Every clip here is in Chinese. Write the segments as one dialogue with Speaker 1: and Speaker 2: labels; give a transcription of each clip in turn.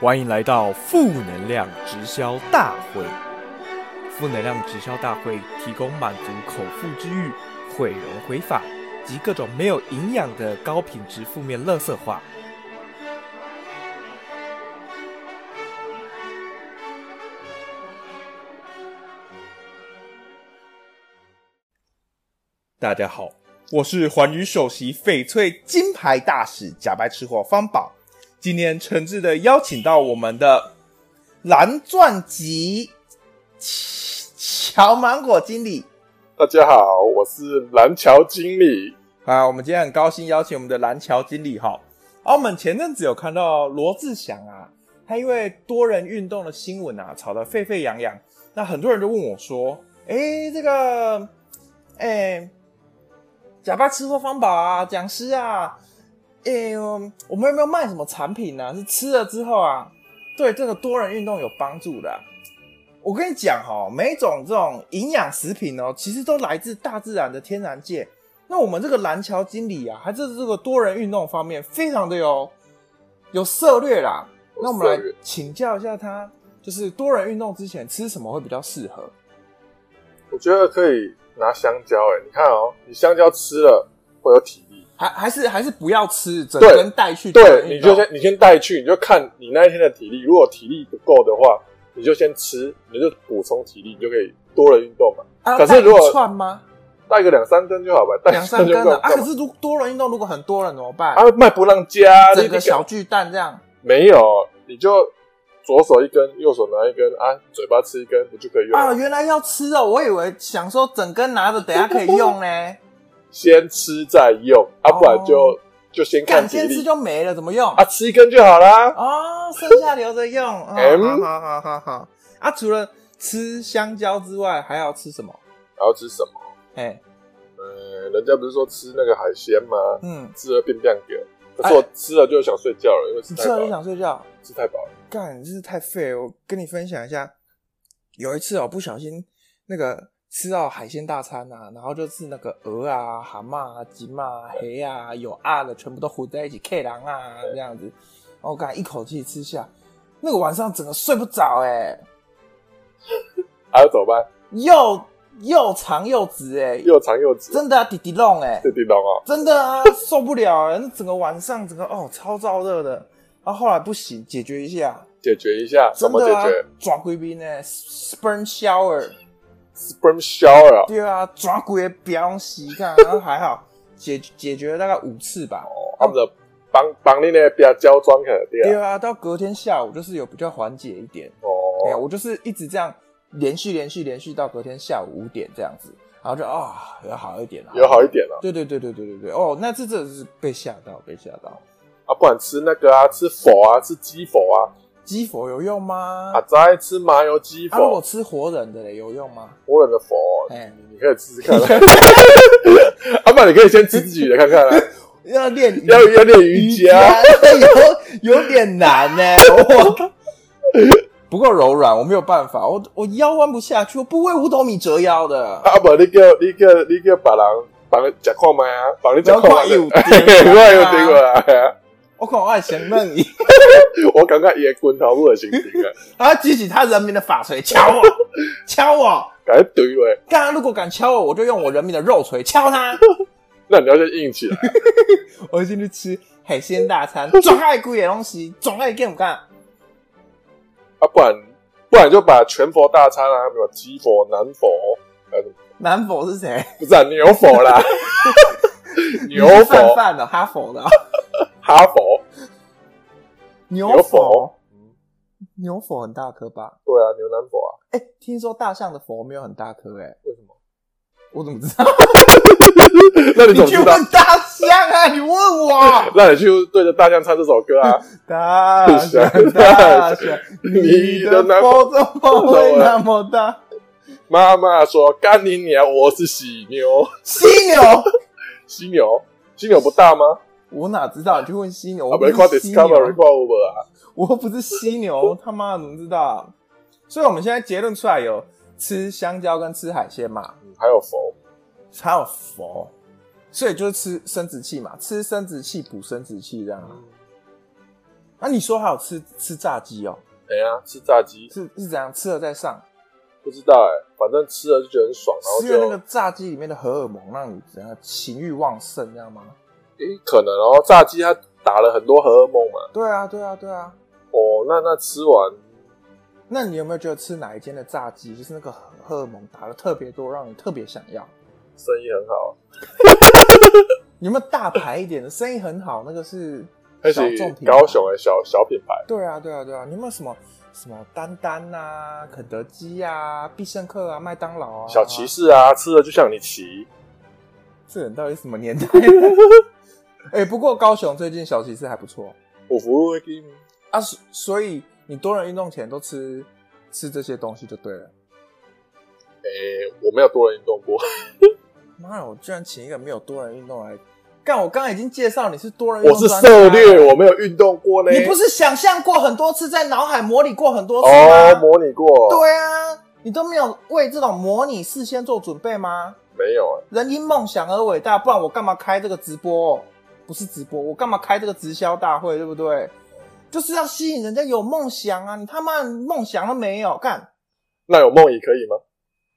Speaker 1: 欢迎来到负能量直销大会。负能量直销大会提供满足口腹之欲、毁容毁法及各种没有营养的高品质负面垃圾话。大家好，
Speaker 2: 我是环宇首席翡翠金牌大使假白吃货方宝。今天诚挚的邀请到我们的蓝钻级乔芒果经理
Speaker 3: 大家好，我是蓝桥经理。
Speaker 2: 啊，我们今天很高兴邀请我们的蓝桥经理哈。啊，我们前阵子有看到罗志祥啊，他因为多人运动的新闻啊，吵得沸沸扬扬。那很多人就问我说：“诶，这个，诶，假巴吃货方宝啊，讲师啊，诶，我们有没有卖什么产品呢、是吃了之后啊，对这个多人运动有帮助的啊、我跟你讲哈、每种这种营养食品哦，其实都来自大自然的天然界。那我们这个蓝桥经理啊，他在这个多人运动方面非常的有有策略啦。
Speaker 3: 有
Speaker 2: 那我们来
Speaker 3: 策略
Speaker 2: 请教一下他，就是多人运动之前吃什么会比较适合？
Speaker 3: 我觉得可以拿香蕉、欸，哎，你看哦，你香蕉吃了会有体力，
Speaker 2: 还还是还是不要吃，整
Speaker 3: 对
Speaker 2: 根带去多
Speaker 3: 对，
Speaker 2: 人
Speaker 3: 你
Speaker 2: 运
Speaker 3: 就
Speaker 2: 动
Speaker 3: 先你先带去，你就看你那一天的体力，如果体力不够的话，你就先吃，你就补充体力，你就可以多了运动嘛，
Speaker 2: 啊，
Speaker 3: 可是
Speaker 2: 带
Speaker 3: 如
Speaker 2: 一
Speaker 3: 果
Speaker 2: 串吗？
Speaker 3: 带个两三根就好 吧，带
Speaker 2: 两三
Speaker 3: 就
Speaker 2: 根
Speaker 3: 够
Speaker 2: 啊
Speaker 3: 了。
Speaker 2: 啊！可是如多人运动，如果很多人怎么办？
Speaker 3: 啊，卖不让加，
Speaker 2: 整
Speaker 3: 你
Speaker 2: 个小巨蛋这样。
Speaker 3: 没有，你就左手一根，右手拿一根啊，嘴巴吃一根，不就可以用？
Speaker 2: 啊，
Speaker 3: 了？
Speaker 2: 原来要吃哦，我以为想说整根拿着，等下可以用 呢。
Speaker 3: 先吃再用啊，不然就、
Speaker 2: 哦
Speaker 3: 就先看
Speaker 2: 干
Speaker 3: 体
Speaker 2: 先吃
Speaker 3: 力
Speaker 2: 就没了，怎么用？
Speaker 3: 啊，吃一根就好啦。
Speaker 2: 哦，剩下留着用。哦
Speaker 3: 嗯
Speaker 2: 好好好好好。啊，除了吃香蕉之外，还要吃什么？
Speaker 3: 然后吃什么？
Speaker 2: 哎、
Speaker 3: 呃，人家不是说吃那个海鲜吗？
Speaker 2: 嗯，
Speaker 3: 吃了变变给，可是我
Speaker 2: 哎
Speaker 3: 吃了就想睡觉了，因为吃
Speaker 2: 你
Speaker 3: 太
Speaker 2: 吃
Speaker 3: 饱
Speaker 2: 了就
Speaker 3: 了，
Speaker 2: 想睡觉。
Speaker 3: 吃太饱了。
Speaker 2: 干，你真是太废了！我跟你分享一下，有一次哦，不小心那个吃到海鲜大餐啊，然后就是那个鹅啊、蛤蟆啊、金啊、黑啊、有啊的，全部都混在一起，K 狼啊这样子。然后我刚一口气吃下，那个晚上整个睡不着哎、
Speaker 3: 还要怎么办？
Speaker 2: 又又长又直哎、
Speaker 3: 又长又直，
Speaker 2: 真的啊，滴滴弄哎、
Speaker 3: 这叮咚哦，
Speaker 2: 真的啊，受不了哎、那整个晚上整个哦超燥热的。然后后来不行，解决一下，
Speaker 3: 解决一下，怎
Speaker 2: 真
Speaker 3: 么解
Speaker 2: 的啊
Speaker 3: 决，
Speaker 2: 抓贵宾呢，sperm shower，
Speaker 3: ？Sperm shower 啊
Speaker 2: 对啊，抓鬼不用洗 干，然后还好解解决了大概五次吧。
Speaker 3: 哦，他们的帮帮你那边胶装起来对
Speaker 2: 对
Speaker 3: 啊。
Speaker 2: 啊，到隔天下午就是有比较缓解一点。哎、
Speaker 3: 哦，
Speaker 2: 我就是一直这样连续连续连续到隔天下午五点这样子，然后就啊、有好一点了，
Speaker 3: 有好一。点了
Speaker 2: 对对对对对对对，哦，那这真的是被吓到，被吓到。
Speaker 3: 啊，不然吃那个啊，吃否啊，吃鸡否啊，
Speaker 2: 鸡佛有用吗？
Speaker 3: 啊，再吃麻油鸡
Speaker 2: 啊，如果
Speaker 3: 否，
Speaker 2: 吃活人的嘞有用吗？
Speaker 3: 活人的否，
Speaker 2: 哎
Speaker 3: 你可以试试看 啊。 阿爸，不然你可以先吃自己的 看看啊，
Speaker 2: 要练瑜
Speaker 3: 要要练瑜伽。，啊
Speaker 2: 有有点难呢、我 不够柔软，我没有办法，我我腰弯不下去，我不为五斗米折腰的。
Speaker 3: 啊，无你叫你叫你叫别人帮你食看麦啊，帮你食看麦
Speaker 2: 人
Speaker 3: 啊。
Speaker 2: 看他有对啊
Speaker 3: 我有听过啊，嘿啊
Speaker 2: 我恐爱神嫩你，
Speaker 3: 我感觉伊的拳头有的心情 啊，
Speaker 2: 他举起他人民的法锤敲 我，敲我。
Speaker 3: 感觉对位，
Speaker 2: 刚刚如果敢敲我，我就用我人民的肉锤敲他。
Speaker 3: 那你要先硬起来。
Speaker 2: 我进去吃海鲜大 餐，总爱贵的东西，总爱 game 干。
Speaker 3: 啊，不然不然就把全佛大餐啊，什么鸡佛、南佛，
Speaker 2: 南否是谁？
Speaker 3: 不是、啊、牛佛啦， 牛
Speaker 2: 你是
Speaker 3: 佛
Speaker 2: 范、范的，哈佛的，
Speaker 3: 哈佛，
Speaker 2: 牛
Speaker 3: 牛
Speaker 2: 否
Speaker 3: 否，
Speaker 2: 牛否很大颗吧？
Speaker 3: 对啊，牛南佛啊，
Speaker 2: 哎、听说大象的佛没有很大颗，哎，
Speaker 3: 为什么？
Speaker 2: 我怎么 知道？
Speaker 3: 那你怎么
Speaker 2: 去
Speaker 3: 知道
Speaker 2: 问？大象啊！你问 我，
Speaker 3: 那你去对着大象唱这首歌啊！
Speaker 2: 大象，大
Speaker 3: 大
Speaker 2: 象
Speaker 3: 象，
Speaker 2: 你
Speaker 3: 你
Speaker 2: 的
Speaker 3: 的南
Speaker 2: 佛怎么
Speaker 3: 啊
Speaker 2: 会那么大？
Speaker 3: 妈妈说：“干你娘，我是喜牛，
Speaker 2: 犀牛，
Speaker 3: 犀牛，犀牛不大吗？
Speaker 2: 我哪知道？你去问犀牛，
Speaker 3: 啊，
Speaker 2: 我
Speaker 3: 不
Speaker 2: 不
Speaker 3: 是看
Speaker 2: 是犀
Speaker 3: Discovery
Speaker 2: 牛，
Speaker 3: 看有无啊？
Speaker 2: 我又不是犀牛，他妈的怎么知道？所以我们现在结论出来有吃香蕉跟吃海鲜嘛，
Speaker 3: 嗯还有佛，
Speaker 2: 还有佛，
Speaker 3: 嗯
Speaker 2: 所以就是吃生殖器嘛，吃生殖器补生殖器这样啊。那、你说还有吃吃炸鸡哦、
Speaker 3: 哎呀，吃炸鸡
Speaker 2: 是是怎样吃了再上？
Speaker 3: 不知道哎、反正吃了就觉得很爽，然后
Speaker 2: 是因为
Speaker 3: 就
Speaker 2: 那个炸鸡里面的荷尔蒙让你怎样情欲旺盛，这样吗？
Speaker 3: 诶可能哦，炸鸡它打了很多荷尔蒙嘛，
Speaker 2: 对啊，对啊，对啊。
Speaker 3: 哦，那那吃完
Speaker 2: 那你有没有觉得吃哪一间的炸鸡，就是那个荷荷尔蒙打的特别多，让你特别想要？
Speaker 3: 生意很好，
Speaker 2: 你有没有大牌一点的，生意很好，那个是
Speaker 3: 而
Speaker 2: 小
Speaker 3: 且
Speaker 2: 众品牌
Speaker 3: 高雄的小小品牌，
Speaker 2: 对啊，对啊，对啊，你有没有什么什么丹丹啊、肯德基啊、必胜客啊、麦当劳啊？
Speaker 3: 小骑，士啊，吃了就像你骑，
Speaker 2: 这人到底什么年代？ 哎、不过高雄最近小骑士还不错
Speaker 3: 五福路会给你
Speaker 2: 啊，所所以你多人运动前都吃吃这些东西就对了。
Speaker 3: 诶、我没有多人运动过，
Speaker 2: 妈呀，我居然请一个没有多人运动来干！我刚刚已经介绍你是多人运
Speaker 3: 我
Speaker 2: 动，
Speaker 3: 是涉略，，我没有运动过嘞。
Speaker 2: 你不是想象过很多次，在脑海模拟过很多次吗？
Speaker 3: 哦，模拟过？，
Speaker 2: 对啊，你都没有为这种模拟事先做准备吗？
Speaker 3: 没有啊。
Speaker 2: 人因梦想而伟大，不然我干嘛开这个直播、不是直播，我干嘛开这个直销大会，对不对？就是要吸引人家有梦想啊！你他妈梦想都没有，干
Speaker 3: 那有梦遗可以吗？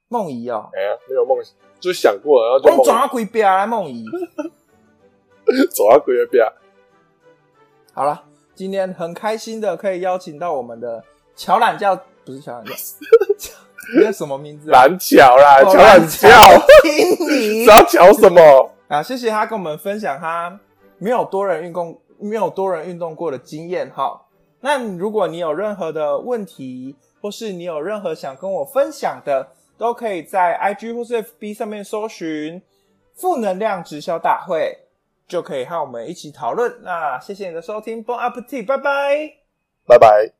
Speaker 2: 梦怡哦，
Speaker 3: 哎呀，没有梦，就想过了，然后就
Speaker 2: 我
Speaker 3: 梦
Speaker 2: 转啊到鬼边来梦怡。
Speaker 3: 走到鬼月边。啊
Speaker 2: 好了，今天很开心的可以邀请到我们的乔懒教，不是乔懒教， 乔你叫什么名字、啊？
Speaker 3: 蓝桥 啦，
Speaker 2: 哦
Speaker 3: 桥懒桥，
Speaker 2: 经理
Speaker 3: 知道桥 什么？
Speaker 2: 啊，谢谢他跟我们分享他没有多人运动、没有多人运动过的经验哈。那如果你有任何的问题，或是你有任何想跟我分享的，都可以在 IG 或是 FB 上面搜寻“负能量直销大会”，就可以和我们一起讨论。那谢谢你的收听，Bon a p p e t i t 拜拜。
Speaker 3: 拜拜。